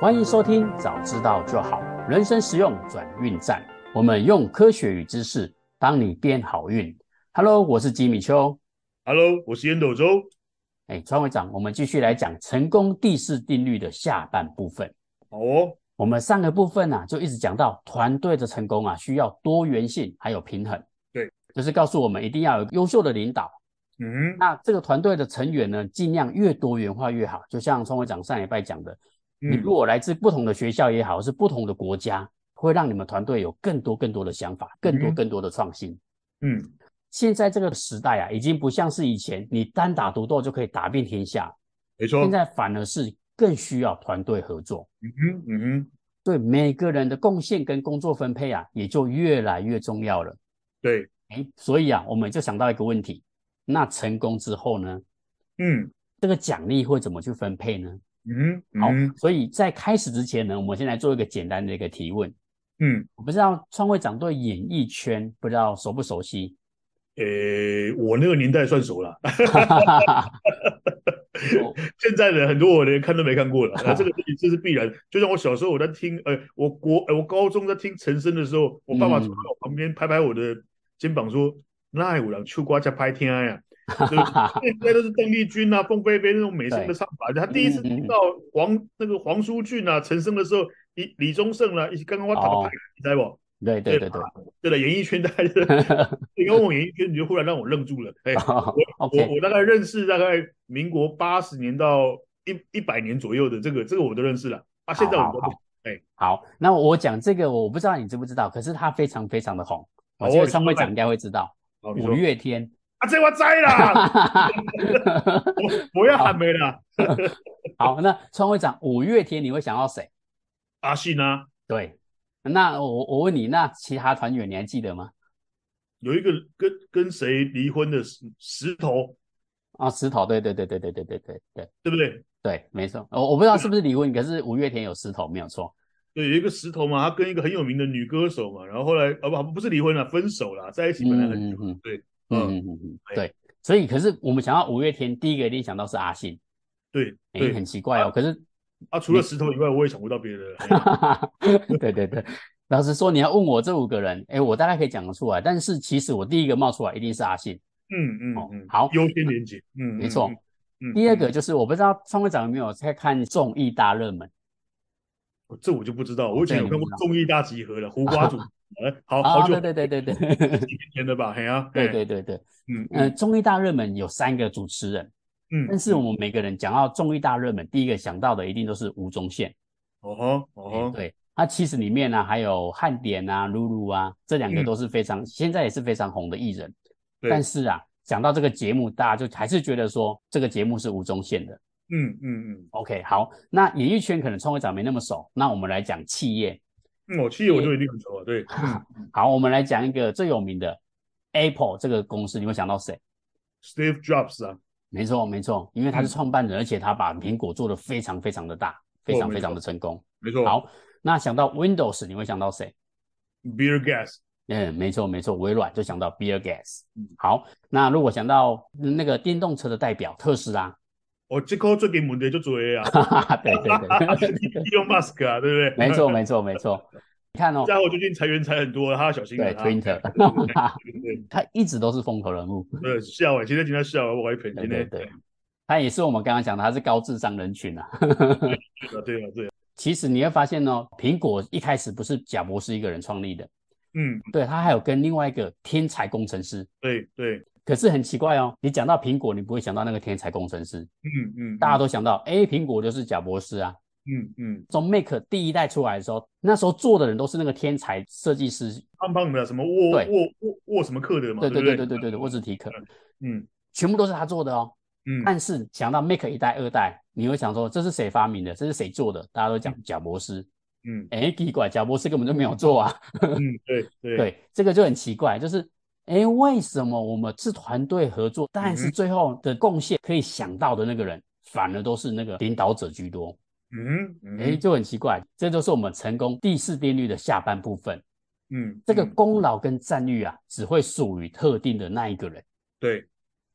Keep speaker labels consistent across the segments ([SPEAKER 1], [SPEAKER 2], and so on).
[SPEAKER 1] 欢迎收听《早知道就好》，人生实用转运站。我们用科学与知识帮你编好运。Hello，我是吉米秋。
[SPEAKER 2] Hello，我是烟斗周。
[SPEAKER 1] 哎，川会长，我们继续来讲成功第四定律的下半部分。
[SPEAKER 2] 好哦，
[SPEAKER 1] 我们上个部分呢、啊，就一直讲到团队的成功啊，需要多元性还有平衡。
[SPEAKER 2] 对，
[SPEAKER 1] 就是告诉我们一定要有优秀的领导。
[SPEAKER 2] 嗯，
[SPEAKER 1] 那这个团队的成员呢，尽量越多元化越好。就像川会长上礼拜讲的，你
[SPEAKER 2] 嗯
[SPEAKER 1] 如果来自不同的学校也好，是不同的国家，会让你们团队有更多更多的想法，更多
[SPEAKER 2] 嗯
[SPEAKER 1] 更多的创新。
[SPEAKER 2] 嗯，
[SPEAKER 1] 现在这个时代啊，已经不像是以前你单打独斗就可以打遍天下，
[SPEAKER 2] 没错。
[SPEAKER 1] 现在反而是更需要团队合作。
[SPEAKER 2] 嗯哼，嗯哼，
[SPEAKER 1] 对每个人的贡献跟工作分配啊，也就越来越重要了。
[SPEAKER 2] 对，
[SPEAKER 1] 哎，所以啊，我们就想到一个问题：那成功之后呢，
[SPEAKER 2] 嗯
[SPEAKER 1] 这个奖励会怎么去分配呢？
[SPEAKER 2] 嗯哼，
[SPEAKER 1] 好
[SPEAKER 2] 嗯，
[SPEAKER 1] 所以在开始之前呢，我们先来做一个简单的一个提问。
[SPEAKER 2] 嗯，
[SPEAKER 1] 我不知道川会长对演艺圈不知道熟不熟 悉？
[SPEAKER 2] 诶，我那个年代算熟了，
[SPEAKER 1] 哈哈哈哈
[SPEAKER 2] 现在的很多我连看都没看过了。那这个这是必然，就像我小时候我在听，呃，我国，呃，我高中在听陈升的时候，我爸爸
[SPEAKER 1] 嗯
[SPEAKER 2] 坐在我旁边拍拍我的肩膀说：“那有人秋瓜在拍天呀。”对不
[SPEAKER 1] 哈哈
[SPEAKER 2] 对，应该都是邓丽君啊、凤飞飞那种美声的唱法。他第一次
[SPEAKER 1] 嗯嗯嗯
[SPEAKER 2] 听到黄、那个黄舒骏啊、陈升的时候，李李宗盛啊，以及刚刚我打个
[SPEAKER 1] 哦
[SPEAKER 2] 牌，你知道不？
[SPEAKER 1] 对对对对，
[SPEAKER 2] 对了，演艺圈大概 是你跟我演艺圈，你就忽然让我愣住了。哎，
[SPEAKER 1] 好
[SPEAKER 2] 我
[SPEAKER 1] OK，
[SPEAKER 2] 我大概认识大概民国八十年到一一百年左右的这个这个我都认识了啊。现在我
[SPEAKER 1] 好
[SPEAKER 2] 都
[SPEAKER 1] 好
[SPEAKER 2] 不
[SPEAKER 1] 好
[SPEAKER 2] 哎，
[SPEAKER 1] 好，那我讲这个，我不知道你知不知道，可是他非常非常的红，我
[SPEAKER 2] 哦
[SPEAKER 1] 觉得
[SPEAKER 2] 你
[SPEAKER 1] 川会
[SPEAKER 2] 说吧
[SPEAKER 1] 长应该会知道，哦
[SPEAKER 2] 好你
[SPEAKER 1] 五
[SPEAKER 2] 说
[SPEAKER 1] 月天，
[SPEAKER 2] 啊，这我 栽啦，
[SPEAKER 1] 啊
[SPEAKER 2] 我我要喊没了
[SPEAKER 1] 好，那川会长，五月天你会想到谁？
[SPEAKER 2] 阿信啊，
[SPEAKER 1] 对，那我我问你，那其他团员你还记得吗？
[SPEAKER 2] 有一个跟跟谁离婚的石石头，
[SPEAKER 1] 啊，石头，对对对对对对对对对
[SPEAKER 2] 对不对？
[SPEAKER 1] 对，没错。我我不知道是不是离婚，可是五月天有石头，没有错。
[SPEAKER 2] 对，有一个石头嘛，他跟一个很有名的女歌手嘛，然后后来啊不不是离婚了，分手了，在一起本来
[SPEAKER 1] 嗯
[SPEAKER 2] 很
[SPEAKER 1] 嗯嗯
[SPEAKER 2] 对，
[SPEAKER 1] 嗯
[SPEAKER 2] 嗯，
[SPEAKER 1] 嗯嗯嗯，
[SPEAKER 2] 哎
[SPEAKER 1] 对。所以，可是我们想到五月天，第一个一定想到是阿信，
[SPEAKER 2] 对
[SPEAKER 1] 哎，
[SPEAKER 2] 对
[SPEAKER 1] 很奇怪哦。可是，
[SPEAKER 2] 啊，除了石头以外，我也想不到别人了。哎
[SPEAKER 1] 哈哈哈，对对对，老实说，你要问我这五个人，哎，我大概可以讲得出来，但是其实我第一个冒出来一定是阿信，
[SPEAKER 2] 嗯嗯
[SPEAKER 1] 哦
[SPEAKER 2] 嗯，
[SPEAKER 1] 好
[SPEAKER 2] 优先连接，嗯，
[SPEAKER 1] 没错
[SPEAKER 2] 嗯，。嗯
[SPEAKER 1] 第二，
[SPEAKER 2] 嗯
[SPEAKER 1] 个就是我不知道创会长有没有在看综艺大热门
[SPEAKER 2] 哦这我就不知道，
[SPEAKER 1] 哦
[SPEAKER 2] 我以
[SPEAKER 1] 这
[SPEAKER 2] 前有
[SPEAKER 1] 你
[SPEAKER 2] 看
[SPEAKER 1] 不知
[SPEAKER 2] 过
[SPEAKER 1] 道
[SPEAKER 2] 《综艺大集合》了，胡瓜组，哎，好好
[SPEAKER 1] 啊？
[SPEAKER 2] 久
[SPEAKER 1] 对对对对对
[SPEAKER 2] 几年前的吧，嘿啊，
[SPEAKER 1] 对
[SPEAKER 2] 哎，
[SPEAKER 1] 对对对，
[SPEAKER 2] 嗯
[SPEAKER 1] 嗯，
[SPEAKER 2] 嗯
[SPEAKER 1] 综艺大热门有三个主持人，
[SPEAKER 2] 嗯，
[SPEAKER 1] 但是我们每个人讲到综艺大热门，第一个想到的一定都是吴宗宪。
[SPEAKER 2] 哦吼哦
[SPEAKER 1] 哎
[SPEAKER 2] 吼，
[SPEAKER 1] 对，那其实里面呢、还有汉典啊、露露啊，这两个
[SPEAKER 2] 嗯
[SPEAKER 1] 都是非常、现在也是非常红的艺人。
[SPEAKER 2] 对
[SPEAKER 1] 但是啊，讲到这个节目，大家就还是觉得说这个节目是吴宗宪的。
[SPEAKER 2] 嗯嗯
[SPEAKER 1] OK，好，那演艺圈可能创会长没那么熟，那我们来讲企业。
[SPEAKER 2] 嗯，我其实我就一定很熟啊，对， 嗯
[SPEAKER 1] 好，我们来讲一个最有名的 Apple 这个公司，你会想到谁？
[SPEAKER 2] ，Steve Jobs 啊，
[SPEAKER 1] 没错，没错，因为他是
[SPEAKER 2] 嗯
[SPEAKER 1] 创办人，而且他把苹果做得非常非常的大，非
[SPEAKER 2] 哦
[SPEAKER 1] 常
[SPEAKER 2] 没
[SPEAKER 1] 非常
[SPEAKER 2] 错
[SPEAKER 1] 的成功。
[SPEAKER 2] 没错，
[SPEAKER 1] 好，那想到 Windows，你会想到谁？
[SPEAKER 2] ，Beer Gas，
[SPEAKER 1] 嗯，没错没错，微软就想到比尔盖茨
[SPEAKER 2] 嗯。
[SPEAKER 1] 好，那如果想到嗯那个电动车的代表特斯拉，
[SPEAKER 2] 哦，这个最近问题就多啊
[SPEAKER 1] 哈哈哈，对对对，
[SPEAKER 2] ，Elon Musk 啊，对不对？
[SPEAKER 1] 没错没错没错。你看哦，
[SPEAKER 2] 家伙最近裁员裁很多，他要小心
[SPEAKER 1] 对
[SPEAKER 2] 啊。他
[SPEAKER 1] Twitter，
[SPEAKER 2] 对对
[SPEAKER 1] 他一直都是风头人物。
[SPEAKER 2] 对，笑哎，今天今天笑我一盆，
[SPEAKER 1] 对
[SPEAKER 2] 今
[SPEAKER 1] 对
[SPEAKER 2] 天
[SPEAKER 1] 对，他也是我们刚刚讲的，他是高智商人群啊。
[SPEAKER 2] 对啊对啊对啊，
[SPEAKER 1] 其实你会发现哦，苹果一开始不是贾博士一个人创立的，
[SPEAKER 2] 嗯，
[SPEAKER 1] 对他还有跟另外一个天才工程师。
[SPEAKER 2] 对对，
[SPEAKER 1] 可是很奇怪哦，你讲到苹果，你不会想到那个天才工程师，
[SPEAKER 2] 嗯嗯，
[SPEAKER 1] 大家都想到，哎，苹果就是贾博士啊。
[SPEAKER 2] 嗯嗯，
[SPEAKER 1] 从 Mac 第一代出来的时候，那时候做的人都是那个天才设计师，
[SPEAKER 2] 胖胖的什么沃
[SPEAKER 1] 对
[SPEAKER 2] 沃沃沃什么克的嘛，
[SPEAKER 1] 对
[SPEAKER 2] 对
[SPEAKER 1] 对对
[SPEAKER 2] 不
[SPEAKER 1] 对对对对，沃兹提克，
[SPEAKER 2] 嗯
[SPEAKER 1] 全部都是他做的哦。
[SPEAKER 2] 嗯
[SPEAKER 1] 但是想到 Mac 一代、二代，你会想说这是谁发明的？这是谁做的？大家都讲贾博士，
[SPEAKER 2] 嗯
[SPEAKER 1] 哎，奇怪，贾博士根本就没有做啊。
[SPEAKER 2] 嗯，对对
[SPEAKER 1] 对，这个就很奇怪，就是哎，为什么我们是团队合作，但是
[SPEAKER 2] 嗯
[SPEAKER 1] 最后的贡献可以想到的那个人，反而都是那个领导者居多？
[SPEAKER 2] 嗯嗯，
[SPEAKER 1] 哎，就很奇怪，这就是我们成功第四定律的下半部分。
[SPEAKER 2] 嗯
[SPEAKER 1] 这个
[SPEAKER 2] 嗯
[SPEAKER 1] 功劳跟赞誉啊，只会属于特定的那一个人。
[SPEAKER 2] 对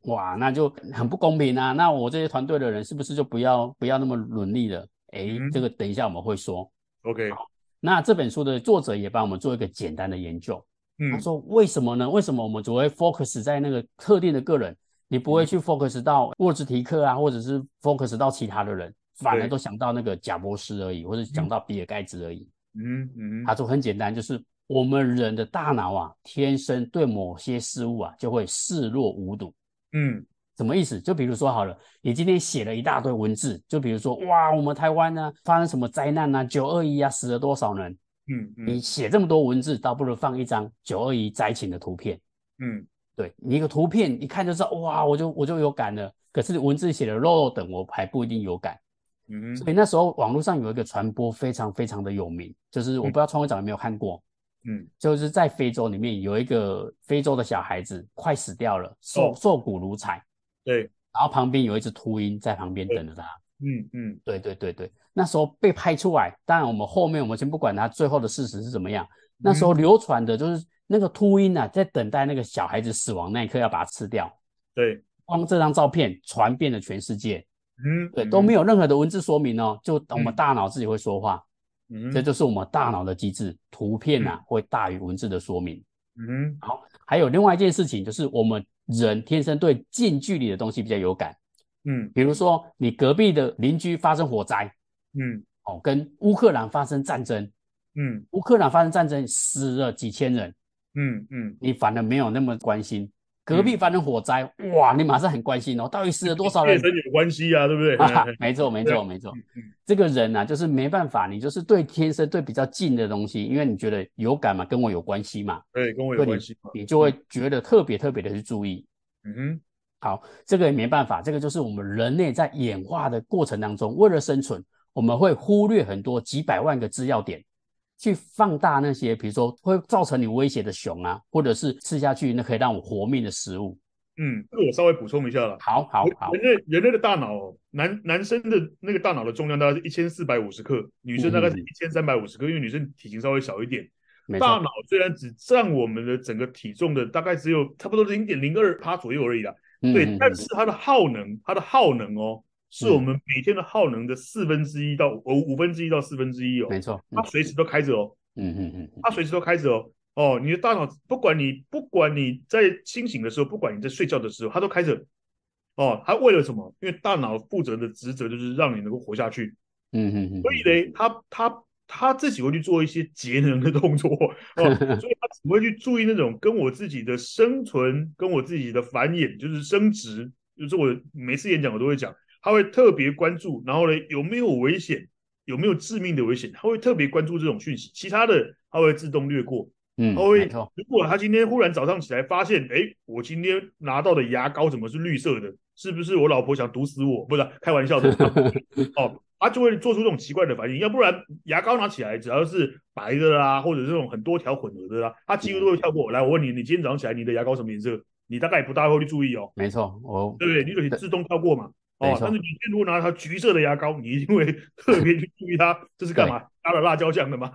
[SPEAKER 1] 哇，那就很不公平啊！那我这些团队的人是不是就不要不要那么努力了？诶，
[SPEAKER 2] 嗯
[SPEAKER 1] 这个等一下我们会说。
[SPEAKER 2] OK，
[SPEAKER 1] 那这本书的作者也帮我们做一个简单的研究，
[SPEAKER 2] 嗯
[SPEAKER 1] 他说为什么呢？为什么我们只会 focus 在那个特定的个人，你不
[SPEAKER 2] 嗯
[SPEAKER 1] 会去 focus 到沃兹提克啊，或者是 focus 到其他的人，反而
[SPEAKER 2] 对
[SPEAKER 1] 都想到那个贾博士而已，或者想到比尔盖茨而已。
[SPEAKER 2] 嗯嗯
[SPEAKER 1] 他说很简单，就是我们人的大脑啊，天生对某些事物啊就会视若无睹。
[SPEAKER 2] 嗯
[SPEAKER 1] 什么意思？就比如说好了，你今天写了一大堆文字，就比如说哇，我们台湾呢、发生什么灾难啊，九二一啊死了多少人，
[SPEAKER 2] 嗯
[SPEAKER 1] 你
[SPEAKER 2] 嗯
[SPEAKER 1] 写这么多文字，倒不如放一张九二一灾情的图片。
[SPEAKER 2] 嗯
[SPEAKER 1] 对你一个图片一看就知道，哇，我就我就有感了。可是文字写的肉肉等，我还不一定有感。
[SPEAKER 2] 嗯
[SPEAKER 1] 所以那时候网络上有一个传播非常非常的有名，就是我不知道创会长有没有看过，
[SPEAKER 2] 嗯，
[SPEAKER 1] 就是在非洲里面有一个非洲的小孩子快死掉了，瘦
[SPEAKER 2] 哦
[SPEAKER 1] 瘦骨如柴，
[SPEAKER 2] 对，
[SPEAKER 1] 然后旁边有一只秃鹰在旁边等着他。
[SPEAKER 2] 嗯嗯
[SPEAKER 1] 对对对对，那时候被拍出来，当然我们后面我们先不管它最后的事实是怎么样，那
[SPEAKER 2] 嗯
[SPEAKER 1] 时候流传的就是那个秃鹰啊，在等待那个小孩子死亡那一刻要把它吃掉。
[SPEAKER 2] 对，
[SPEAKER 1] 光这张照片传遍了全世界，
[SPEAKER 2] 嗯
[SPEAKER 1] 对，都没
[SPEAKER 2] 有，
[SPEAKER 1] 有任何的文字说明哦，就我们
[SPEAKER 2] 嗯
[SPEAKER 1] 大脑自己会说话，
[SPEAKER 2] 嗯
[SPEAKER 1] 这就是我们大脑的机制，图片啊会大于文字的说明。
[SPEAKER 2] 嗯
[SPEAKER 1] 还有另外一件事情，就是我们人天生对近距离的东西比较有感，
[SPEAKER 2] 嗯
[SPEAKER 1] 比如说你隔壁的邻居发生火灾，
[SPEAKER 2] 嗯
[SPEAKER 1] 哦，跟乌克兰发生战争，
[SPEAKER 2] 嗯
[SPEAKER 1] 乌克兰发生战争死了几千人，
[SPEAKER 2] 嗯嗯，
[SPEAKER 1] 你反而没有那么关心。隔壁发生火灾，哇，你马上很关心哦，到底死了多少人
[SPEAKER 2] 跟？有关系 啊，对不对？
[SPEAKER 1] 哈哈，没错，没
[SPEAKER 2] 对
[SPEAKER 1] 错，没错
[SPEAKER 2] 嗯嗯。
[SPEAKER 1] 这个人啊，就是没办法，你就是对天生对比较近的东西，因为你觉得有感嘛，跟我有关系嘛，
[SPEAKER 2] 对，跟我有关系嘛，
[SPEAKER 1] 你就会觉得特别特别的去注意。
[SPEAKER 2] 嗯哼，
[SPEAKER 1] 这个也没办法，这个就是我们人类在演化的过程当中，为了生存，我们会忽略很多几百万个资料点，去放大那些比如说会造成你威胁的熊啊，或者是吃下去那可以让我活命的食物。
[SPEAKER 2] 嗯，这个我稍微补充一下了。
[SPEAKER 1] 好，好，好，
[SPEAKER 2] 人类人类的大脑，男男生的那个大脑的重量大概是一千四百五十克，女生大概是
[SPEAKER 1] 嗯
[SPEAKER 2] 一千三百五十克，因为女生体型稍微小一点。
[SPEAKER 1] 没
[SPEAKER 2] 大
[SPEAKER 1] 错，
[SPEAKER 2] 脑虽然只占我们的整个体重的大概只有差不多零点零二趴左右而已啦，
[SPEAKER 1] 嗯
[SPEAKER 2] 对
[SPEAKER 1] 嗯，
[SPEAKER 2] 但
[SPEAKER 1] 嗯
[SPEAKER 2] 是它的耗能，它的耗能哦，是
[SPEAKER 1] 嗯
[SPEAKER 2] 我们每天的耗能的四分之一到呃五五分之一到四分之一哦，
[SPEAKER 1] 没错，
[SPEAKER 2] 它随时都开着哦，
[SPEAKER 1] 嗯嗯嗯嗯，
[SPEAKER 2] 它随时都开着哦。哦，你的大脑不管你不管你在清醒的时候，不管你在睡觉的时候，它都开着。哦，它为了什么？因为大脑负责的职责就是让你能够活下去，
[SPEAKER 1] 嗯嗯嗯，
[SPEAKER 2] 所以嘞，它它它自己会去做一些节能的动作 哦，所以它只会去注意那种跟我自己的生存、跟我自己的繁衍，就是生殖，就是我每次演讲我都会讲，他会特别关注，然后呢有没有危险，有没有致命的危险，他会特别关注这种讯息，其他的他会自动略过。
[SPEAKER 1] 嗯，
[SPEAKER 2] 他会
[SPEAKER 1] 没错，
[SPEAKER 2] 如果他今天忽然早上起来发现，哎，我今天拿到的牙膏怎么是绿色的？是不是我老婆想毒死我？不是，啊开玩笑的。哦，他就会做出这种奇怪的反应，要不然牙膏拿起来只要是白的啦，或者是这种很多条混合的啦，他几乎都会跳过。来，我问你，你今天早上起来你的牙膏什么颜色？你大概也不大会去注意哦，
[SPEAKER 1] 没错，我
[SPEAKER 2] 对不对？你就可以自动跳过嘛。
[SPEAKER 1] 没
[SPEAKER 2] 哦，
[SPEAKER 1] 错
[SPEAKER 2] 但是你今天如果拿到橘色的牙膏，你一定会 特别去注意它，这是干嘛？加了辣椒酱的嘛？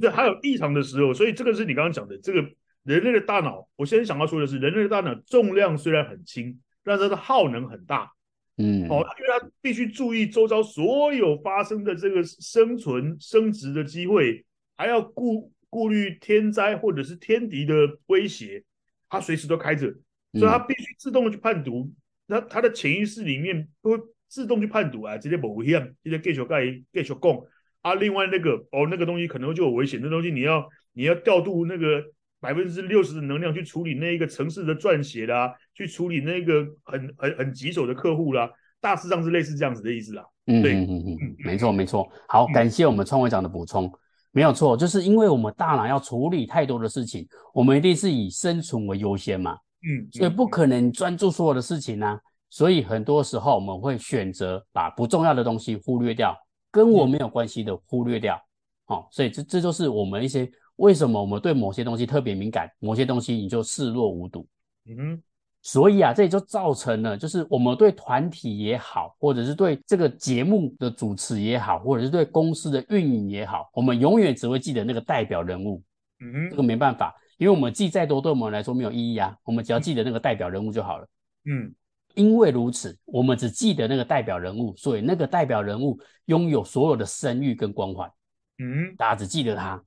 [SPEAKER 2] 这还有异常的时候，所以这个是你刚刚讲的，这个人类的大脑。我先想要说的是，人类的大脑重量虽然很轻，但是它的耗能很大。
[SPEAKER 1] 嗯，
[SPEAKER 2] 哦，因为他必须注意周遭所有发生的这个生存、升值的机会，还要顾顾虑天灾或者是天敌的威胁，他随时都开着，
[SPEAKER 1] 嗯
[SPEAKER 2] 所以他必须自动地去判读。那他的潜意识里面会自动去判读啊，这些某一样，这些 get 球盖 get 球供啊，另外那个哦那个东西可能就有危险，那东西你要你要调度那个百分之六十的能量去处理那一个城市的撰写啦，去处理那个很很很棘手的客户啦，大致上是类似这样子的意思啦。
[SPEAKER 1] 嗯
[SPEAKER 2] 对嗯
[SPEAKER 1] 嗯嗯嗯，没错没错。好，感谢我们创会长的补充，没有错，就是因为我们大脑要处理太多的事情，我们一定是以生存为优先嘛，
[SPEAKER 2] 嗯，
[SPEAKER 1] 所以不可能专注所有的事情啊。所以很多时候我们会选择把不重要的东西忽略掉，跟
[SPEAKER 2] 嗯
[SPEAKER 1] 我没有关系的忽略掉。哦，所以这这就是我们一些为什么我们对某些东西特别敏感，某些东西你就视若无睹。
[SPEAKER 2] 嗯哼，
[SPEAKER 1] 所以啊，这也就造成了，就是我们对团体也好，或者是对这个节目的主持也好，或者是对公司的运营也好，我们永远只会记得那个代表人物。
[SPEAKER 2] 嗯
[SPEAKER 1] 这
[SPEAKER 2] 哼，
[SPEAKER 1] 个没办法，因为我们记再多，对我们来说没有意义啊。我们只要记得那个代表人物就好了。
[SPEAKER 2] 嗯
[SPEAKER 1] 因为如此，我们只记得那个代表人物，所以那个代表人物拥有所有的声誉跟光环，
[SPEAKER 2] 嗯，
[SPEAKER 1] 大家只记得他。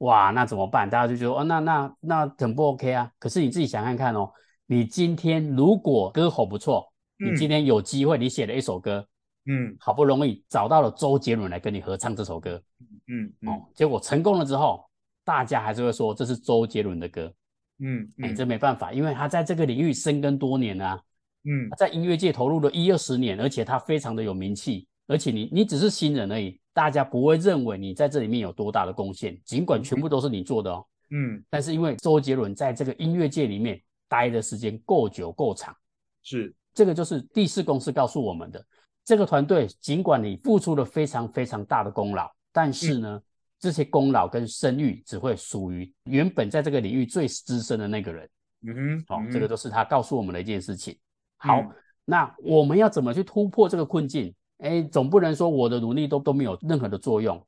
[SPEAKER 1] 哇，那怎么办？大家就觉得哦，那那那很不 OK 啊。可是你自己想看看哦，你今天如果歌喉不错，你今
[SPEAKER 2] 嗯
[SPEAKER 1] 天有机会，你写了一首歌，
[SPEAKER 2] 嗯
[SPEAKER 1] 好不容易找到了周杰伦来跟你合唱这首歌，
[SPEAKER 2] 嗯嗯
[SPEAKER 1] 哦，结果成功了之后，大家还是会说这是周杰伦的歌。
[SPEAKER 2] 嗯
[SPEAKER 1] 哎，
[SPEAKER 2] 嗯
[SPEAKER 1] 这没办法，因为他在这个领域深耕多年啊，
[SPEAKER 2] 嗯
[SPEAKER 1] 他在音乐界投入了一二十年，而且他非常的有名气，而且你你只是新人而已，大家不会认为你在这里面有多大的贡献，尽管全部都是你做的哦。
[SPEAKER 2] 嗯，
[SPEAKER 1] 但是因为周杰伦在这个音乐界里面待的时间够久够长，
[SPEAKER 2] 是，
[SPEAKER 1] 这个就是第四公司告诉我们的。这个团队尽管你付出了非常非常大的功劳，但是呢，
[SPEAKER 2] 嗯
[SPEAKER 1] 这些功劳跟声誉只会属于原本在这个领域最资深的那个人。
[SPEAKER 2] 嗯哼，
[SPEAKER 1] 哦，
[SPEAKER 2] 嗯
[SPEAKER 1] 这个都是他告诉我们的一件事情。好，
[SPEAKER 2] 嗯
[SPEAKER 1] 那我们要怎么去突破这个困境？哎，总不能说我的努力都都没有任何的作用。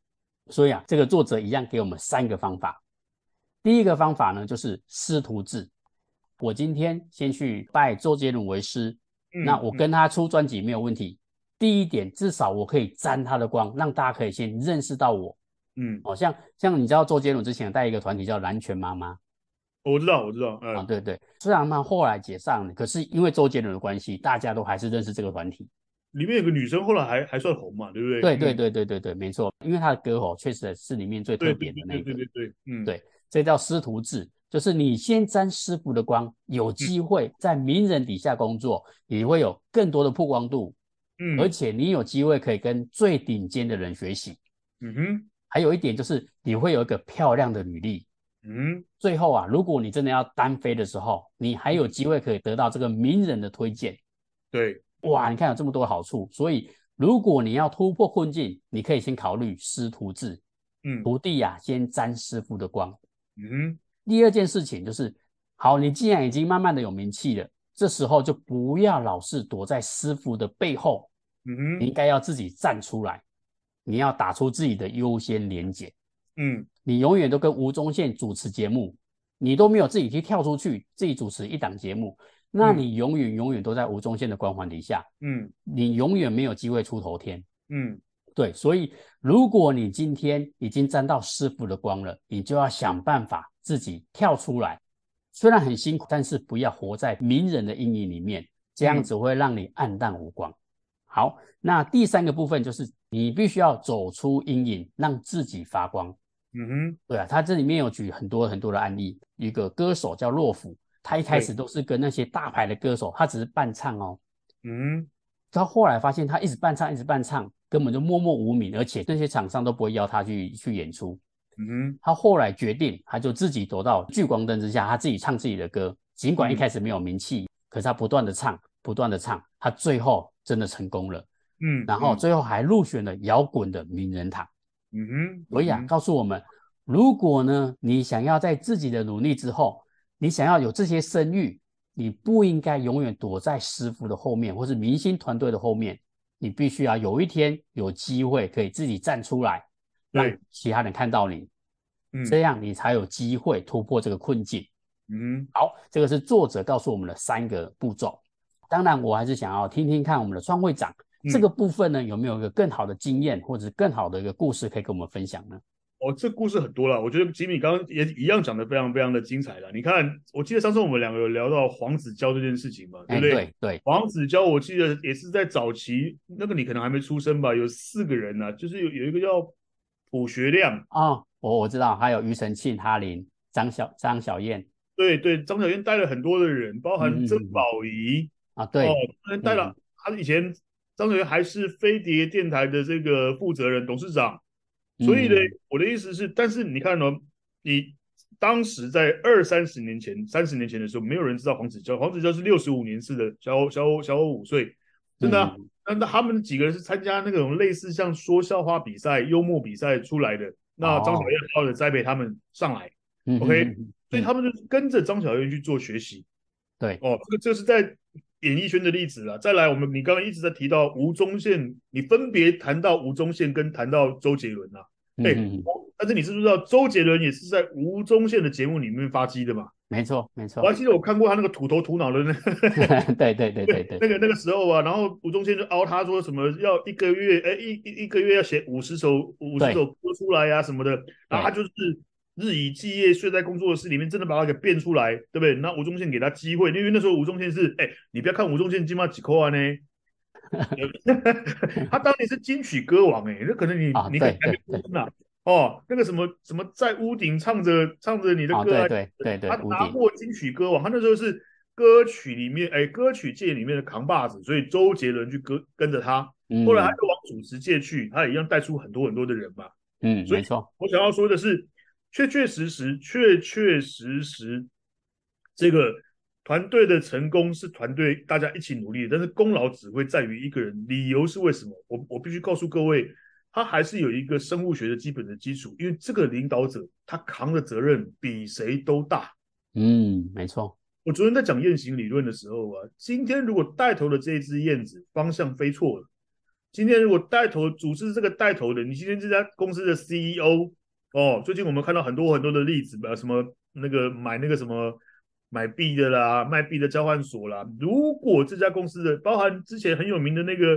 [SPEAKER 1] 所以啊，这个作者一样给我们三个方法。第一个方法呢，就是师徒制。我今天先去拜周杰伦为师，
[SPEAKER 2] 嗯
[SPEAKER 1] 那我
[SPEAKER 2] 嗯
[SPEAKER 1] 跟他出专辑没有问题。第一点，至少我可以沾他的光，让大家可以先认识到我。
[SPEAKER 2] 嗯，
[SPEAKER 1] 哦，像像你知道周杰伦之前带一个团体叫蓝拳妈妈，
[SPEAKER 2] 我知道我知道，
[SPEAKER 1] 啊，
[SPEAKER 2] 嗯
[SPEAKER 1] 对对，虽然他们后来解散了，可是因为周杰伦的关系，大家都还是认识这个团体。
[SPEAKER 2] 里面有个女生后来还还算红嘛，对不对？
[SPEAKER 1] 对对
[SPEAKER 2] 嗯
[SPEAKER 1] 对对对对，没错，因为他的歌喉确实是里面最特
[SPEAKER 2] 对
[SPEAKER 1] 别
[SPEAKER 2] 对
[SPEAKER 1] 的
[SPEAKER 2] 对
[SPEAKER 1] 那
[SPEAKER 2] 对
[SPEAKER 1] 个
[SPEAKER 2] 对，对对，嗯
[SPEAKER 1] 对这叫师徒制，就是你先沾师傅的光，有
[SPEAKER 2] 嗯
[SPEAKER 1] 机会在名人底下工作，你会有更多的曝光度，
[SPEAKER 2] 嗯
[SPEAKER 1] 而且你有机会可以跟最顶尖的人学习。
[SPEAKER 2] 嗯哼
[SPEAKER 1] 还有一点就是你会有一个漂亮的履历。
[SPEAKER 2] 嗯
[SPEAKER 1] 最后啊，如果你真的要单飞的时候，你还有机会可以得到这个名人的推荐。
[SPEAKER 2] 对，
[SPEAKER 1] 哇，你看有这么多好处，所以如果你要突破困境，你可以先考虑师徒制，
[SPEAKER 2] 嗯
[SPEAKER 1] 徒弟呀、先沾师傅的光。
[SPEAKER 2] 嗯哼
[SPEAKER 1] 第二件事情就是，好，你既然已经慢慢的有名气了，这时候就不要老是躲在师傅的背后，你
[SPEAKER 2] 嗯哼
[SPEAKER 1] 应该要自己站出来，你要打出自己的优先连结。
[SPEAKER 2] 嗯
[SPEAKER 1] 你永远都跟吴宗宪主持节目，你都没有自己去跳出去自己主持一档节目，那
[SPEAKER 2] 嗯
[SPEAKER 1] 你永远永远都在吴宗宪的光环底下。
[SPEAKER 2] 嗯
[SPEAKER 1] 你永远没有机会出头天。
[SPEAKER 2] 嗯
[SPEAKER 1] 对，所以如果你今天已经沾到师傅的光了，你就要想办法自己跳出来。虽然很辛苦，但是不要活在名人的阴影里面，这样
[SPEAKER 2] 嗯
[SPEAKER 1] 子会让你黯淡无光。好，那第三个部分就是你必须要走出阴影，让自己发光。
[SPEAKER 2] 嗯哼
[SPEAKER 1] 对啊，他这里面有举很多很多的案例，一个歌手叫洛甫，他一开
[SPEAKER 2] 对
[SPEAKER 1] 始都是跟那些大牌的歌手，他只是伴唱哦，
[SPEAKER 2] 嗯
[SPEAKER 1] 他后来发现他一直伴唱，一直伴唱，根本就默默无名，而且那些厂商都不会邀他去去演出。
[SPEAKER 2] 嗯哼
[SPEAKER 1] 他后来决定，他就自己躲到聚光灯之下，他自己唱自己的歌。尽管一
[SPEAKER 2] 嗯
[SPEAKER 1] 开始没有名气，可是他不断的唱，不断的唱，他最后真的成功了。
[SPEAKER 2] 嗯，
[SPEAKER 1] 然后
[SPEAKER 2] 嗯
[SPEAKER 1] 最后还入选了摇滚的名人堂。
[SPEAKER 2] 嗯哼，
[SPEAKER 1] 所以啊
[SPEAKER 2] 嗯，
[SPEAKER 1] 告诉我们，如果呢你想要在自己的努力之后，你想要有这些声誉，你不应该永远躲在师傅的后面，或是明星团队的后面，你必须要有一天有机会可以自己站出来，让
[SPEAKER 2] 对
[SPEAKER 1] 其他人看到你，
[SPEAKER 2] 嗯
[SPEAKER 1] 这样你才有机会突破这个困境。
[SPEAKER 2] 嗯
[SPEAKER 1] 好，这个是作者告诉我们的三个步骤。当然，我还是想要听听看我们的创会长、
[SPEAKER 2] 嗯
[SPEAKER 1] 这个部分呢，有没有一个更好的经验，或者是更好的一个故事可以跟我们分享呢？
[SPEAKER 2] 哦，这故事很多了，我觉得吉米刚刚也一样讲的非常非常的精彩了。你看，我记得上次我们两个有聊到黄子佼这件事情嘛，
[SPEAKER 1] 哎，
[SPEAKER 2] 对不对？
[SPEAKER 1] 对对，
[SPEAKER 2] 黄子佼，我记得也是在早期，那个你可能还没出生吧，有四个人呢、啊就是有有一个叫朴学亮，
[SPEAKER 1] 哦，我我知道，还有庾澄庆、哈林、张小张小燕
[SPEAKER 2] 对对，张小燕带了很多的人，
[SPEAKER 1] 嗯嗯
[SPEAKER 2] 包含
[SPEAKER 1] 嗯
[SPEAKER 2] 曾宝仪，
[SPEAKER 1] 啊，对嗯
[SPEAKER 2] 哦，当然带了，他以前张小燕还是飞碟电台的这个负责人、董事长，所以呢
[SPEAKER 1] 嗯，
[SPEAKER 2] 我的意思是，但是你看呢、你当时在二三十年前、三十年前的时候，没有人知道黄子佼，黄子佼是六十五年次的，小我小我小我五岁，真的啊、
[SPEAKER 1] 嗯
[SPEAKER 2] 那那他们几个人是参加那种类似像说笑话比赛、幽默比赛出来的。那
[SPEAKER 1] 哦
[SPEAKER 2] 张小燕好好的栽培他们上来，
[SPEAKER 1] 嗯
[SPEAKER 2] OK，哎
[SPEAKER 1] 嗯嗯
[SPEAKER 2] 所以他们就是跟着张小燕去做学习。
[SPEAKER 1] 对
[SPEAKER 2] 哦，这个这是在演艺圈的例子了。再来，我们你刚刚一直在提到吴宗宪，你分别谈到吴宗宪跟谈到周杰伦啊。
[SPEAKER 1] 嗯
[SPEAKER 2] 对
[SPEAKER 1] 嗯嗯
[SPEAKER 2] 但是你知不知道周杰伦也是在吴宗宪的节目里面发迹的嘛？
[SPEAKER 1] 没错，没错
[SPEAKER 2] 我，还记得我看过他那个土头土脑的那
[SPEAKER 1] 对对对对
[SPEAKER 2] 那
[SPEAKER 1] 对，
[SPEAKER 2] 个那个时候啊，然后吴宗宪就凹他说什么要一个月，哎一一一个月要写五十首五十
[SPEAKER 1] 对
[SPEAKER 2] 首歌出来呀、啊什么的，然后他就是日以继夜睡在工作室里面，真的把它给变出来，对不对？那吴宗宪给他机会，因为那时候吴宗宪是，哎，你不要看吴宗宪金马几 扣啊呢，他当年是金曲歌王哎、那可能你、
[SPEAKER 1] 啊
[SPEAKER 2] 你
[SPEAKER 1] 对
[SPEAKER 2] 可能还没
[SPEAKER 1] 对对
[SPEAKER 2] 出生啊哦，那个什么什么在屋顶唱着唱着你的
[SPEAKER 1] 啊
[SPEAKER 2] 歌啊
[SPEAKER 1] 对对对对
[SPEAKER 2] 他，
[SPEAKER 1] 屋
[SPEAKER 2] 拿
[SPEAKER 1] 顶，
[SPEAKER 2] 过金曲歌王，他那时候是歌曲里面，哎，歌曲界里面的扛把子，所以周杰伦去跟跟着他，
[SPEAKER 1] 嗯
[SPEAKER 2] 后来他又往主持界去，他也一样带出很多很多的人嘛。
[SPEAKER 1] 嗯，
[SPEAKER 2] 所以
[SPEAKER 1] 没错，
[SPEAKER 2] 我想要说的是，确确实实，确确实实，这个团队的成功是团队大家一起努力的，但是功劳只会在于一个人。理由是为什么？我我必须告诉各位，他还是有一个生物学的基本的基础，因为这个领导者他扛的责任比谁都大。
[SPEAKER 1] 嗯，没错，
[SPEAKER 2] 我昨天在讲雁行理论的时候啊，今天如果带头的这一只燕子方向飞错了，今天如果带头组织这个带头的，你今天这家公司的 CEO 哦，最近我们看到很多很多的例子，呃，什么那个买那个什么买币的啦，卖币的交换所啦，如果这家公司的，包含之前很有名的那个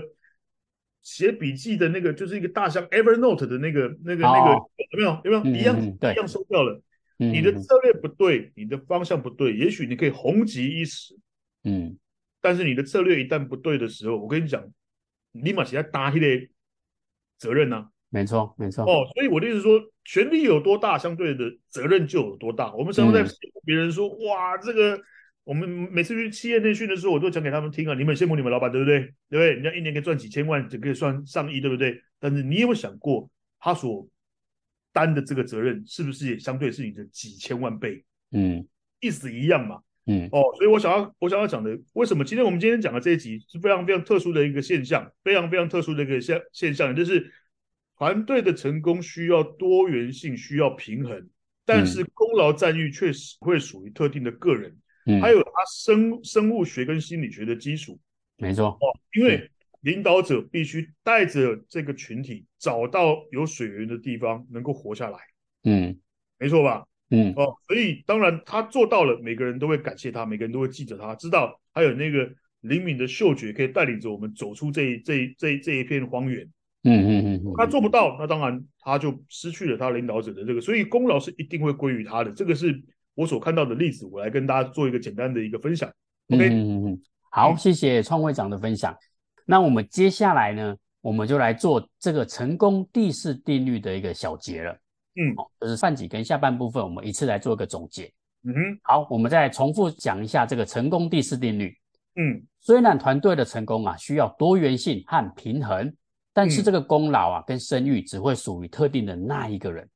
[SPEAKER 2] 写笔记的那个，就是一个大象 Evernote 的那个那个那个，
[SPEAKER 1] 哦
[SPEAKER 2] 有没有有没有
[SPEAKER 1] 嗯
[SPEAKER 2] 一样
[SPEAKER 1] 嗯嗯对
[SPEAKER 2] 一样收掉了？
[SPEAKER 1] 嗯
[SPEAKER 2] 你的策略不对，你的方向不对，也许你可以红极一时，
[SPEAKER 1] 嗯
[SPEAKER 2] 但是你的策略一旦不对的时候，我跟你讲，立马起来搭黑的责任呐、
[SPEAKER 1] 没错没错，
[SPEAKER 2] 哦，所以我的意思是说，权力有多大，相对的责任就有多大。我们常常在
[SPEAKER 1] 嗯
[SPEAKER 2] 羡慕别人说，哇，这个我们每次去企业内训的时候，我都讲给他们听啊，你们很羡慕你们老板，对不对？对不对？人家一年可以赚几千万，就可以算上亿，对不对？但是你有没有想过，他所担的这个责任，是不是也相对是你的几千万倍？
[SPEAKER 1] 嗯
[SPEAKER 2] 意思一样嘛。
[SPEAKER 1] 嗯
[SPEAKER 2] 哦，所以我想要我想要讲的，为什么今天我们今天讲的这一集是非常非常特殊的一个现象，非常非常特殊的一个现现象，就是团队的成功需要多元性，需要平衡，但是功劳赞誉确实会属于特定的个人，
[SPEAKER 1] 嗯，
[SPEAKER 2] 还有他生生物学跟心理学的基础，
[SPEAKER 1] 没错，
[SPEAKER 2] 因为领导者必须带着这个群体找到有水源的地方，能够活下来，
[SPEAKER 1] 嗯
[SPEAKER 2] 没错吧？
[SPEAKER 1] 嗯
[SPEAKER 2] 哦，所以当然他做到了，每个人都会感谢他，每个人都会记着他，知道还有那个灵敏的嗅觉可以带领着我们走出这一这一这一这一片荒原。
[SPEAKER 1] 嗯嗯嗯，
[SPEAKER 2] 他做不到，那当然他就失去了他领导者的这个，所以功劳是一定会归于他的。这个是我所看到的例子，我来跟大家做一个简单的一个分享。
[SPEAKER 1] 嗯
[SPEAKER 2] OK
[SPEAKER 1] 嗯嗯嗯，好，谢谢创会长的分享。那我们接下来呢，我们就来做这个成功第四定律的一个小结了。
[SPEAKER 2] 嗯
[SPEAKER 1] 好，就是上几跟下半部分，我们一次来做一个总结。
[SPEAKER 2] 嗯哼，
[SPEAKER 1] 好，我们再重复讲一下这个成功第四定律。
[SPEAKER 2] 嗯
[SPEAKER 1] 虽然团队的成功啊需要多元性和平衡，但是
[SPEAKER 2] 嗯
[SPEAKER 1] 这个功劳啊跟声誉只会属于特定的那一个人。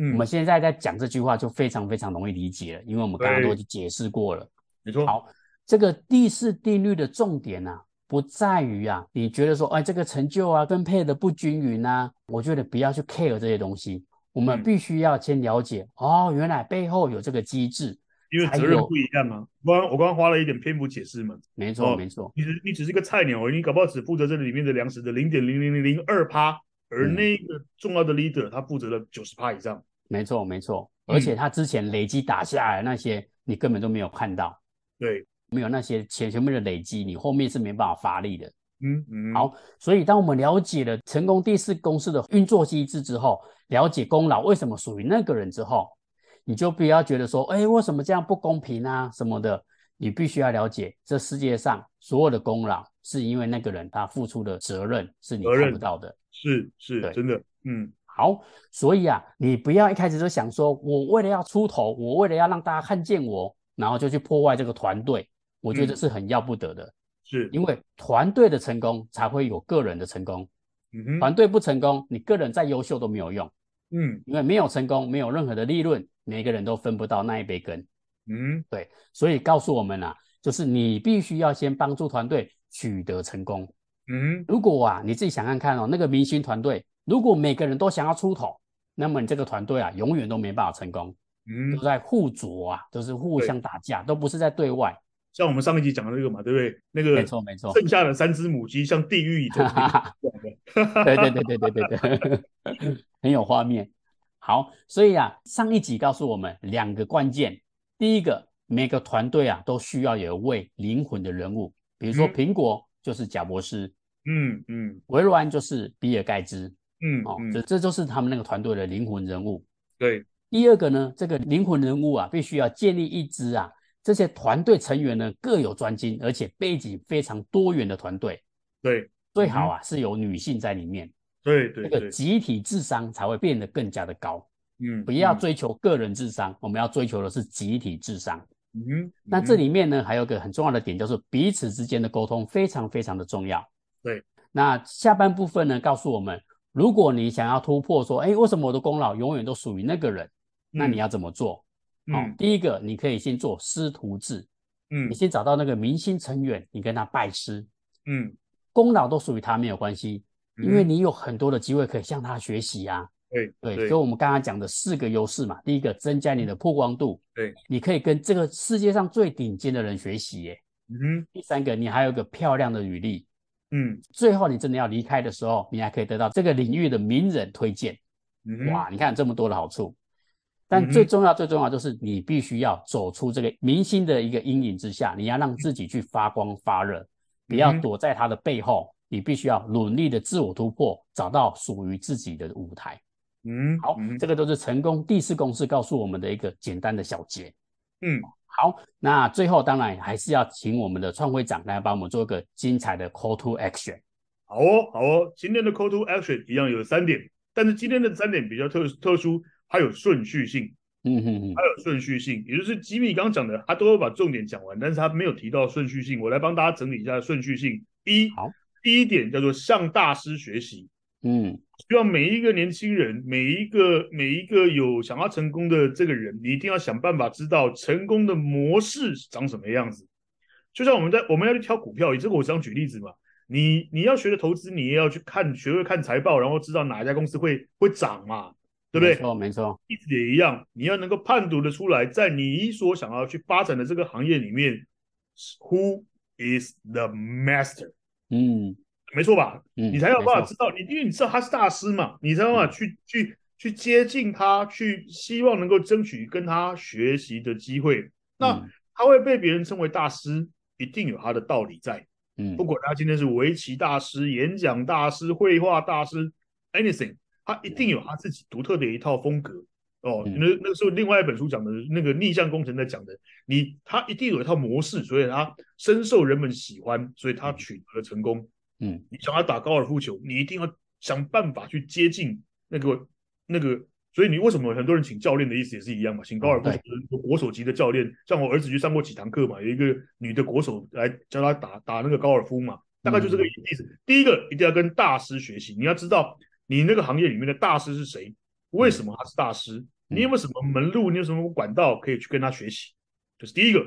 [SPEAKER 2] 嗯，
[SPEAKER 1] 我们现在在讲这句话就非常非常容易理解了，因为我们刚刚
[SPEAKER 2] 对
[SPEAKER 1] 都已经解释过了。
[SPEAKER 2] 你说
[SPEAKER 1] 好这个第四定律的重点啊，不在于啊，你觉得说，哎，这个成就啊分配的不均匀啊，我觉得不要去 care 这些东西，我们
[SPEAKER 2] 嗯
[SPEAKER 1] 必须要先了解，哦，原来背后有这个机制，
[SPEAKER 2] 因为
[SPEAKER 1] 还
[SPEAKER 2] 责任
[SPEAKER 1] 有
[SPEAKER 2] 不一样啊。刚刚我刚刚花了一点篇幅解释嘛，
[SPEAKER 1] 没错，
[SPEAKER 2] 哦
[SPEAKER 1] 没错，
[SPEAKER 2] 你只你只是个菜鸟而已，你搞不好只负责这里面的粮食的零点零零零零二趴，而
[SPEAKER 1] 嗯
[SPEAKER 2] 那个重要的 leader 他负责了九十趴以上。
[SPEAKER 1] 没错，没错，
[SPEAKER 2] 嗯
[SPEAKER 1] 而且他之前累积打下来的那些，你根本都没有看到，
[SPEAKER 2] 对，
[SPEAKER 1] 没有那些前前面的累积，你后面是没办法发力的。
[SPEAKER 2] 嗯嗯，
[SPEAKER 1] 好所以，当我们了解了成功第四公式的运作机制之后，了解功劳为什么属于那个人之后，你就不要觉得说，哎，为什么这样不公平啊什么的。你必须要了解，这世界上所有的功劳是因为那个人他付出的责任是你
[SPEAKER 2] 责任
[SPEAKER 1] 看不到的。
[SPEAKER 2] 是是
[SPEAKER 1] 对
[SPEAKER 2] 真的，嗯
[SPEAKER 1] 好，所以啊，你不要一开始就想说，我为了要出头，我为了要让大家看见我，然后就去破坏这个团队，我觉得
[SPEAKER 2] 嗯
[SPEAKER 1] 这是很要不得的，
[SPEAKER 2] 是，
[SPEAKER 1] 因为团队的成功才会有个人的成功，
[SPEAKER 2] 嗯哼，
[SPEAKER 1] 团队不成功，你个人再优秀都没有用，
[SPEAKER 2] 嗯
[SPEAKER 1] 因为没有成功，没有任何的利润，每个人都分不到那一杯羹。
[SPEAKER 2] 嗯
[SPEAKER 1] 所以告诉我们啊，就是你必须要先帮助团队取得成功。
[SPEAKER 2] 嗯，
[SPEAKER 1] 如果啊，你自己想想看哦，那个明星团队，如果每个人都想要出头，那么你这个团队啊，永远都没办法成功，
[SPEAKER 2] 嗯
[SPEAKER 1] 都，在互啄啊，都是互
[SPEAKER 2] 对
[SPEAKER 1] 相打架，都不是在对外。
[SPEAKER 2] 像我们上一集讲的那个嘛，对不对？那个
[SPEAKER 1] 没错，没错，
[SPEAKER 2] 剩下的三只母鸡像地 狱一样
[SPEAKER 1] 对对对对对对对， 很有画面。好，所以啊，上一集告诉我们两个关键，第一个，每个团队啊都需要有一位灵魂的人物，比如说
[SPEAKER 2] 嗯
[SPEAKER 1] 苹果就是贾博士，
[SPEAKER 2] 嗯嗯
[SPEAKER 1] 微软就是比尔盖茨，
[SPEAKER 2] 嗯
[SPEAKER 1] 哦，
[SPEAKER 2] 嗯
[SPEAKER 1] 这这就是他们那个团队的灵魂人物。
[SPEAKER 2] 对，
[SPEAKER 1] 第二个呢，这个灵魂人物啊，必须要建立一支啊，这些团队成员呢各有专精，而且背景非常多元的团队，
[SPEAKER 2] 对
[SPEAKER 1] 最好
[SPEAKER 2] 嗯
[SPEAKER 1] 啊是有女性在里面，
[SPEAKER 2] 对
[SPEAKER 1] 这
[SPEAKER 2] 对
[SPEAKER 1] 个
[SPEAKER 2] 对，
[SPEAKER 1] 集体智商才会变得更加的高。
[SPEAKER 2] 嗯，
[SPEAKER 1] 不要
[SPEAKER 2] 嗯
[SPEAKER 1] 追求个人智商，我们要追求的是集体智商。
[SPEAKER 2] 嗯，
[SPEAKER 1] 那这
[SPEAKER 2] 嗯
[SPEAKER 1] 里面呢，还有个很重要的点，就是彼此之间的沟通非常非常的重要。
[SPEAKER 2] 对，
[SPEAKER 1] 那下半部分呢，告诉我们，如果你想要突破，说，哎，为什么我的功劳永远都属于那个人？那你要怎么做？好、
[SPEAKER 2] 嗯
[SPEAKER 1] 第一个，你可以先做师徒制，
[SPEAKER 2] 嗯
[SPEAKER 1] 哦你先找到那个明星成员，你跟他拜师，
[SPEAKER 2] 嗯，
[SPEAKER 1] 功劳都属于他没有关系，因为
[SPEAKER 2] 嗯
[SPEAKER 1] 你有很多的机会可以向他学习啊。
[SPEAKER 2] 对
[SPEAKER 1] 对，
[SPEAKER 2] 对嗯
[SPEAKER 1] 所以我们刚刚讲的四个优势嘛，第一个增加你的曝光度，
[SPEAKER 2] 对，
[SPEAKER 1] 你可以跟这个世界上最顶尖的人学习耶。
[SPEAKER 2] 嗯
[SPEAKER 1] 第三个，你还有一个漂亮的履历。
[SPEAKER 2] 嗯
[SPEAKER 1] 最后，你真的要离开的时候，你还可以得到这个领域的名人推荐。
[SPEAKER 2] 嗯，
[SPEAKER 1] 哇，你看这么多的好处。
[SPEAKER 2] 嗯
[SPEAKER 1] 但
[SPEAKER 2] 哼
[SPEAKER 1] 最重要、最重要就是你必须要走出这个明星的一个阴影之下，你要让自己去发光发热，不要
[SPEAKER 2] 嗯哼
[SPEAKER 1] 躲在他的背后，你必须要努力的自我突破，找到属于自己的舞台。
[SPEAKER 2] 嗯，
[SPEAKER 1] 好，
[SPEAKER 2] 嗯
[SPEAKER 1] 这个都是成功第四公式告诉我们的一个简单的小结。哦
[SPEAKER 2] 嗯
[SPEAKER 1] 好，那最后当然还是要请我们的创会长来帮我们做一个精彩的 call to action。
[SPEAKER 2] 好哦，好哦，今天的 call to action 一样有三点，但是今天的三点比较特特殊，它有顺序性，
[SPEAKER 1] 嗯哼哼
[SPEAKER 2] 它，有顺序性，也就是吉米刚刚讲的，他都会把重点讲完，但是他没有提到顺序性，我来帮大家整理一下顺序性。一
[SPEAKER 1] 好，
[SPEAKER 2] 第一点叫做向大师学习，
[SPEAKER 1] 嗯
[SPEAKER 2] 希望每一个年轻人，每一个每一个有想要成功的这个人，你一定要想办法知道成功的模式长什么样子。就像我们在我们要去挑股票，以这个我想举例子嘛，你你要学的投资，你也要去看学会看财报，然后知道哪一家公司会会涨嘛，对不
[SPEAKER 1] 没
[SPEAKER 2] 对？
[SPEAKER 1] 错没错，
[SPEAKER 2] 例子也一样，你要能够判读的出来，在你所想要去发展的这个行业里面，Who is the master？
[SPEAKER 1] 嗯
[SPEAKER 2] 没错吧？
[SPEAKER 1] 嗯，
[SPEAKER 2] 你才有
[SPEAKER 1] 没
[SPEAKER 2] 办法
[SPEAKER 1] 错嗯
[SPEAKER 2] 知道你，因为你知道他是大师嘛，你才有办法去、去去接近他，去希望能够争取跟他学习的机会。那、
[SPEAKER 1] 嗯
[SPEAKER 2] 他会被别人称为大师，一定有他的道理在。
[SPEAKER 1] 嗯
[SPEAKER 2] 不管他今天是围棋大师、演讲大师、绘画大师，anything，他一定有他自己独特的一套风格。哦，
[SPEAKER 1] 嗯
[SPEAKER 2] 那那时候另外一本书讲的那个逆向工程在讲的，你他一定有一套模式，所以他深受人们喜欢，所以他取得了成功。
[SPEAKER 1] 嗯
[SPEAKER 2] 你想要打高尔夫球，你一定要想办法去接近那个那个。所以你为什么很多人请教练的意思也是一样嘛？请高尔夫球的国手级的教练，像我儿子去上过几堂课嘛，有一个女的国手来教他打打那个高尔夫嘛，大概就这个意思。第一个一定要跟大师学习，你要知道你那个行业里面的大师是谁，为什么他是大师，你有没有什么门路，你有什么管道可以去跟他学习，这是第一个。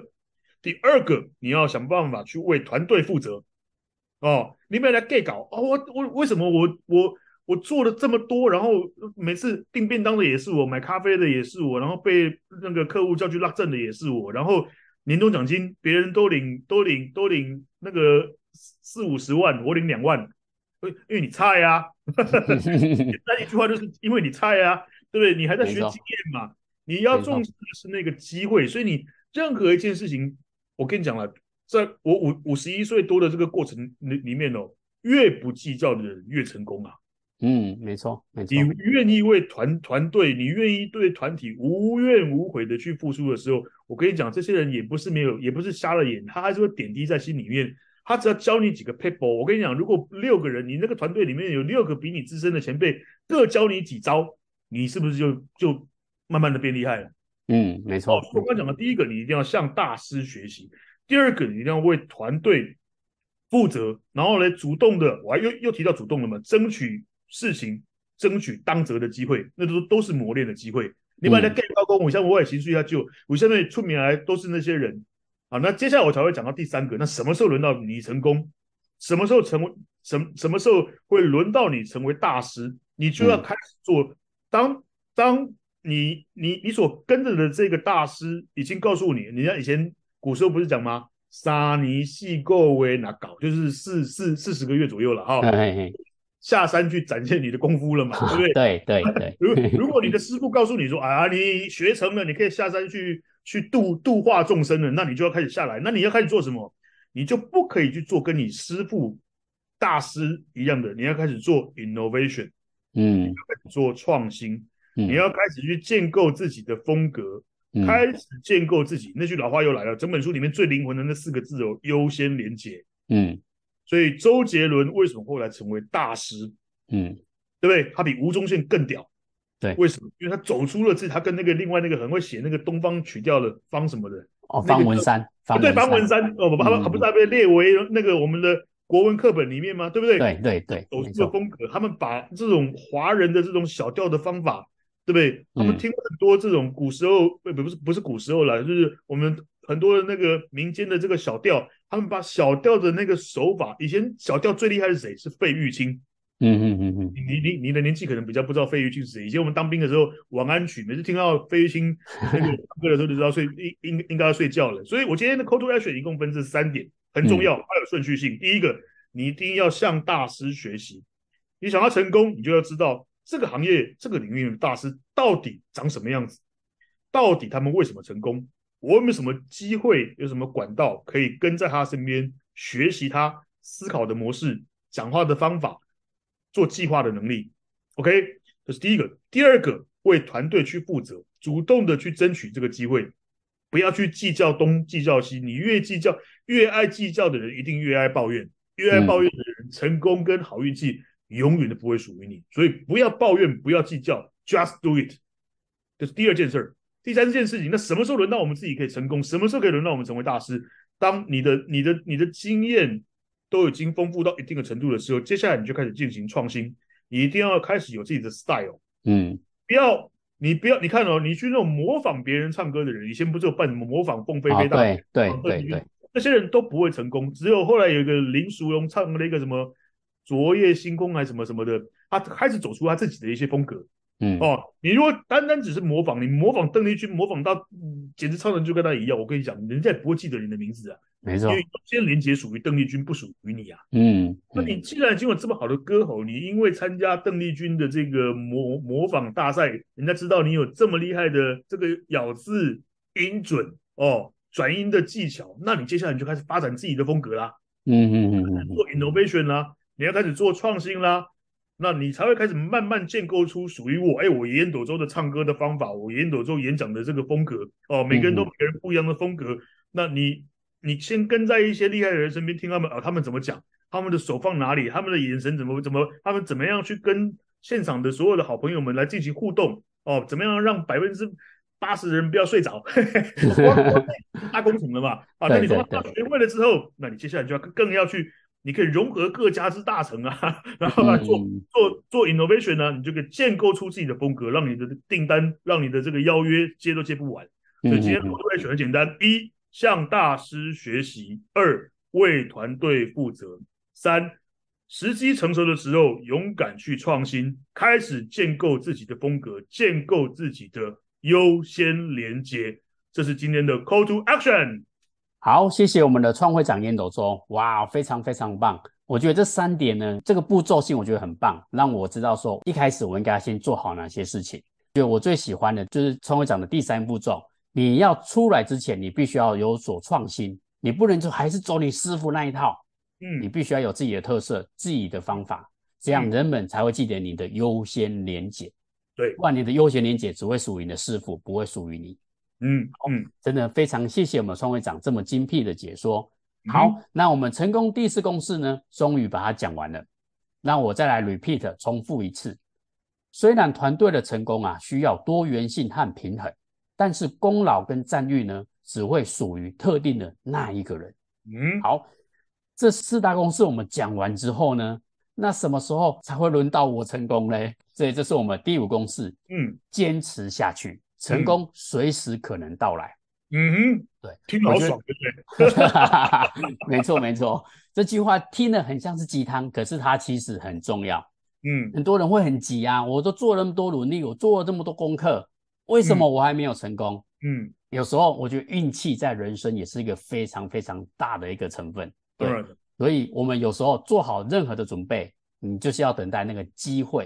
[SPEAKER 2] 第二个，你要想办法去为团队负责。哦，你不要来 gay 搞哦！我我为什么我我我做了这么多，然后每次订便当的也是我，买咖啡的也是我，然后被那个客户叫去拉正的也是我，然后年终奖金别人都领都领都领那个四五十万，我领两万，因为因为你菜呀、
[SPEAKER 1] 嗯
[SPEAKER 2] 那一句话就是因为你菜啊，对不对？你还在学
[SPEAKER 1] 没
[SPEAKER 2] 经
[SPEAKER 1] 错
[SPEAKER 2] 验嘛，你要
[SPEAKER 1] 没错
[SPEAKER 2] 重视的是那个机会，所以你任何一件事情，我跟你讲了，在我五五十一岁多的这个过程里里面哦，越不计较的人越成功啊。
[SPEAKER 1] 嗯，没错没错
[SPEAKER 2] 你，愿意为团团队，你愿意对团体无怨无悔的去付出的时候，我跟你讲，这些人也不是没有，也不是瞎了眼，他还是会点滴在心里面。他只要教你几个 people，我跟你讲，如果六个人，你那个团队里面有六个比你资深的前辈，各教你几招，你是不是就就慢慢的变厉害了？
[SPEAKER 1] 嗯没错
[SPEAKER 2] 哦，所以我刚讲的第一个，你一定要向大师学习；第二个，你一定要为团队负责，然后呢，主动的，我还又又提到主动了嘛，争取事情，争取当责的机会，那都都是磨练的机会。你把那 get 到工，我像我也情绪下啊就，我现在出名来都是那些人啊。那接下来我才会讲到第三个，那什么时候轮到你成功？什么时候成为什么什么时候会轮到你成为大师？你就要
[SPEAKER 1] 嗯
[SPEAKER 2] 开始做。当当你你你所跟着的这个大师已经告诉你，人家以前古时候不是讲吗？沙尼细够为哪搞，就是四四四十个月左右了哈、
[SPEAKER 1] 嘿嘿嘿
[SPEAKER 2] 下山去展现你的功夫了 嘛，对不对？
[SPEAKER 1] 对对对
[SPEAKER 2] 如如果你的师傅告诉你说啊，你学成了，你可以下山去去度度化众生了，那你就要开始下来，那你要开始做什么？你就不可以去做跟你师傅大师一样的，你要开始做 innovation，
[SPEAKER 1] 嗯
[SPEAKER 2] 做创新，
[SPEAKER 1] 嗯，
[SPEAKER 2] 你要开始去建构自己的风格，
[SPEAKER 1] 嗯
[SPEAKER 2] 开始建构自己。那句老话又来了，整本书里面最灵魂的那四个字有优先连结。
[SPEAKER 1] 嗯
[SPEAKER 2] 所以周杰伦为什么后来成为大师？
[SPEAKER 1] 嗯
[SPEAKER 2] 对不对？他比吴宗宪更屌。
[SPEAKER 1] 对
[SPEAKER 2] 为什么？因为他走出了自己，他跟那个另外那个很会写那个东方曲调的方什么的，
[SPEAKER 1] 哦，
[SPEAKER 2] 那个
[SPEAKER 1] 方文
[SPEAKER 2] 就
[SPEAKER 1] 山，
[SPEAKER 2] 啊对，方文
[SPEAKER 1] 文山，
[SPEAKER 2] 山哦，不，他
[SPEAKER 1] 嗯
[SPEAKER 2] 他不是还被列为那个我们的国文课本里面吗？对不对？
[SPEAKER 1] 对对对，
[SPEAKER 2] 走
[SPEAKER 1] 没
[SPEAKER 2] 出的
[SPEAKER 1] 错，
[SPEAKER 2] 风格，他们把这种华人的这种小调的方法，对不对？他们
[SPEAKER 1] 嗯
[SPEAKER 2] 听很多这种古时候，呃不不是不是古时候了，就是我们很多的那个民间的这个小调，他们把小调的那个手法，以前小调最厉害是谁？是费玉清。
[SPEAKER 1] 嗯嗯嗯嗯，
[SPEAKER 2] 你你你的年纪可能比较不知道费玉清是谁。以前我们当兵的时候，晚安曲每次听到费玉清那 个唱歌的时候，就知道睡应应应该要睡觉了。所以我今天的 call to action 一共分这三点，很重要，它有顺序性。第一个，你一定要向大师学习。你想要成功，你就要知道这个行业、这个领域的大师到底长什么样子，到底他们为什么成功，我有没有什么机会，有什么管道可以跟在他身边学习他思考的模式、讲话的方法、做计划的能力。OK，这是第一个。第二个，为团队去负责，主动的去争取这个机会，不要去计较东计较西。你越计较，越爱计较的人，一定越爱抱怨。越爱抱怨的人，成功跟好运气永远都不会属于你。所以不要抱怨，不要计较，just do it。这是第二件事儿。第三件事情，那什么时候轮到我们自己可以成功？什么时候可以轮到我们成为大师？当你的、你的、你的经验都已经丰富到一定的程度的时候，接下来你就开始进行创新。你一定要开始有自己的 style，
[SPEAKER 1] 嗯
[SPEAKER 2] 不要你不要你看哦，你去那种模仿别人唱歌的人，以前不是有办什么模仿凤飞
[SPEAKER 1] 啊，
[SPEAKER 2] 飞大
[SPEAKER 1] 对对
[SPEAKER 2] 哦
[SPEAKER 1] 对
[SPEAKER 2] 对
[SPEAKER 1] 对，
[SPEAKER 2] 那些人都不会成功。只有后来有一个林淑荣唱了一个什么《昨夜星空》还是什么什么的，他开始走出他自己的一些风格。
[SPEAKER 1] 嗯
[SPEAKER 2] 哦，你如果单单只是模仿，你模仿邓丽君，模仿到、嗯简直唱的就跟她一样。我跟你讲，人家也不会记得你的名字啊，
[SPEAKER 1] 没
[SPEAKER 2] 因
[SPEAKER 1] 错
[SPEAKER 2] 为，优先连接属于邓丽君，不属于你啊。
[SPEAKER 1] 嗯
[SPEAKER 2] 那你
[SPEAKER 1] 嗯
[SPEAKER 2] 既然已经有这么好的歌喉，你因为参加邓丽君的这个模模仿大赛，人家知道你有这么厉害的这个咬字、音准哦、转音的技巧，那你接下来你就开始发展自己的风格啦，
[SPEAKER 1] 嗯嗯嗯嗯 嗯，
[SPEAKER 2] 做 innovation 啦，你要开始做创新啦，那你才会开始慢慢建构出属于我，哎，我烟斗周的唱歌的方法，我烟斗周演讲的这个风格哦，每个人都
[SPEAKER 1] 嗯
[SPEAKER 2] 每个人不一样的风格，那你你先跟在一些厉害的人身边，听他们啊、他们怎么讲。他们的手放哪里，他们的眼神怎么怎么，他们怎么样去跟现场的所有的好朋友们来进行互动哦，怎么样让百分之八十的人不要睡着，
[SPEAKER 1] 嗯
[SPEAKER 2] 大工程了嘛啊，那你
[SPEAKER 1] 对
[SPEAKER 2] 从
[SPEAKER 1] 对
[SPEAKER 2] 大
[SPEAKER 1] 对
[SPEAKER 2] 学会了之后，那你接下来就要更要去，你可以融合各家之大成啊， 然后来做
[SPEAKER 1] 嗯
[SPEAKER 2] 做做 innovation 呢、你就可以建构出自己的风格，让你的订单，让你的这个邀约接都接不完。所以今天
[SPEAKER 1] 嗯嗯
[SPEAKER 2] 我会选很简单：一向大师学习；二为团队负责；三时机成熟的时候勇敢去创新，开始建构自己的风格，建构自己的优先连接。这是今天的 Call to Action。
[SPEAKER 1] 好，谢谢我们的创会长烟斗周，哇，非常非常棒！我觉得这三点呢，这个步骤性我觉得很棒，让我知道说一开始我应该先做好哪些事情。就我最喜欢的就是创会长的第三步骤，你要出来之前，你必须要有所创新，你不能就还是走你师傅那一套，你
[SPEAKER 2] 嗯
[SPEAKER 1] 必须要有自己的特色、自己的方法，这样
[SPEAKER 2] 嗯
[SPEAKER 1] 人们才会记得你的优先连结。
[SPEAKER 2] 对
[SPEAKER 1] 不然你的优先连结只会属于你的师傅，不会属于你。
[SPEAKER 2] 嗯嗯，
[SPEAKER 1] 真的非常谢谢我们创会长这么精辟的解说。
[SPEAKER 2] 嗯
[SPEAKER 1] 好，那我们成功第四公式呢，终于把它讲完了。那我再来 repeat 重复一次。虽然团队的成功啊需要多元性和平衡，但是功劳跟赞誉呢，只会属于特定的那一个人。
[SPEAKER 2] 嗯，
[SPEAKER 1] 好，这四大公式我们讲完之后呢，那什么时候才会轮到我成功嘞？所以这是我们第五公式，
[SPEAKER 2] 嗯
[SPEAKER 1] 坚持下去，成
[SPEAKER 2] 嗯
[SPEAKER 1] 功随时可能到来。
[SPEAKER 2] 嗯哼，
[SPEAKER 1] 对，
[SPEAKER 2] 听着好
[SPEAKER 1] 我觉得
[SPEAKER 2] 爽，对不对？
[SPEAKER 1] 没错没错，这句话听得很像是鸡汤，可是它其实很重要。
[SPEAKER 2] 嗯
[SPEAKER 1] 很多人会很急啊，我都做了那么多努力，我做了这么多功课，为什么我还没有成功？
[SPEAKER 2] 嗯，
[SPEAKER 1] 有时候我觉得运气在人生也是一个非常非常大的一个成分。对
[SPEAKER 2] 当然了，
[SPEAKER 1] 所以我们有时候做好任何的准备，你就是要等待那个机会。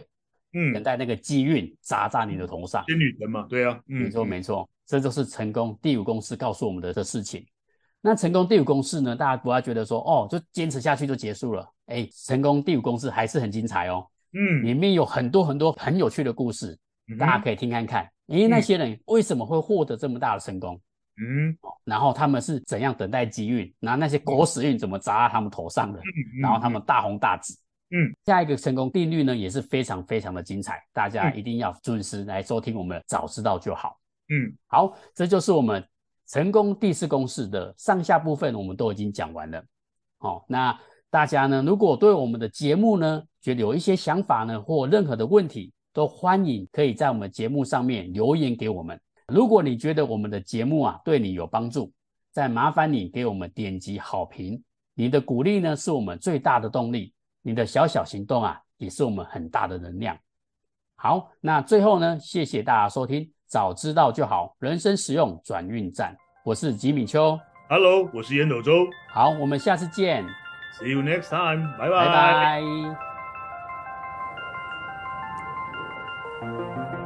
[SPEAKER 1] 等
[SPEAKER 2] 嗯，
[SPEAKER 1] 待那个机运砸在你的头上。
[SPEAKER 2] 仙女城嘛，对啊，嗯，
[SPEAKER 1] 没错，
[SPEAKER 2] 嗯
[SPEAKER 1] 没错，这就是成功第五公式告诉我们的的事情。那成功第五公式呢？大家不要觉得说哦，就坚持下去就结束了。哎，成功第五公式还是很精彩哦，
[SPEAKER 2] 嗯，
[SPEAKER 1] 里面有很多很多很有趣的故事，
[SPEAKER 2] 嗯
[SPEAKER 1] 大家可以听看看。诶，那些人为什么会获得这么大的成功？
[SPEAKER 2] 嗯，
[SPEAKER 1] 然后他们是怎样等待机运，然后那些狗屎运怎么砸在他们头上的？
[SPEAKER 2] 嗯
[SPEAKER 1] 然后他们大红大紫。
[SPEAKER 2] 嗯，
[SPEAKER 1] 下一个成功定律呢也是非常非常的精彩，大家
[SPEAKER 2] 嗯
[SPEAKER 1] 一定要准时来收听我们早知道就好。
[SPEAKER 2] 嗯，
[SPEAKER 1] 好，这就是我们成功第四公式的上下部分，我们都已经讲完了。好、那大家呢，如果对我们的节目呢觉得有一些想法呢，或任何的问题，都欢迎可以在我们节目上面留言给我们。如果你觉得我们的节目啊对你有帮助，再麻烦你给我们点击好评，你的鼓励呢，是我们最大的动力。你的小小行动啊，也是我们很大的能量。好，那最后呢，谢谢大家收听，早知道就好，人生实用转运站，我是吉米秋。
[SPEAKER 2] ，Hello，我是烟斗周
[SPEAKER 1] 好，我们下次见，
[SPEAKER 2] ，See you next time，拜
[SPEAKER 1] 拜拜。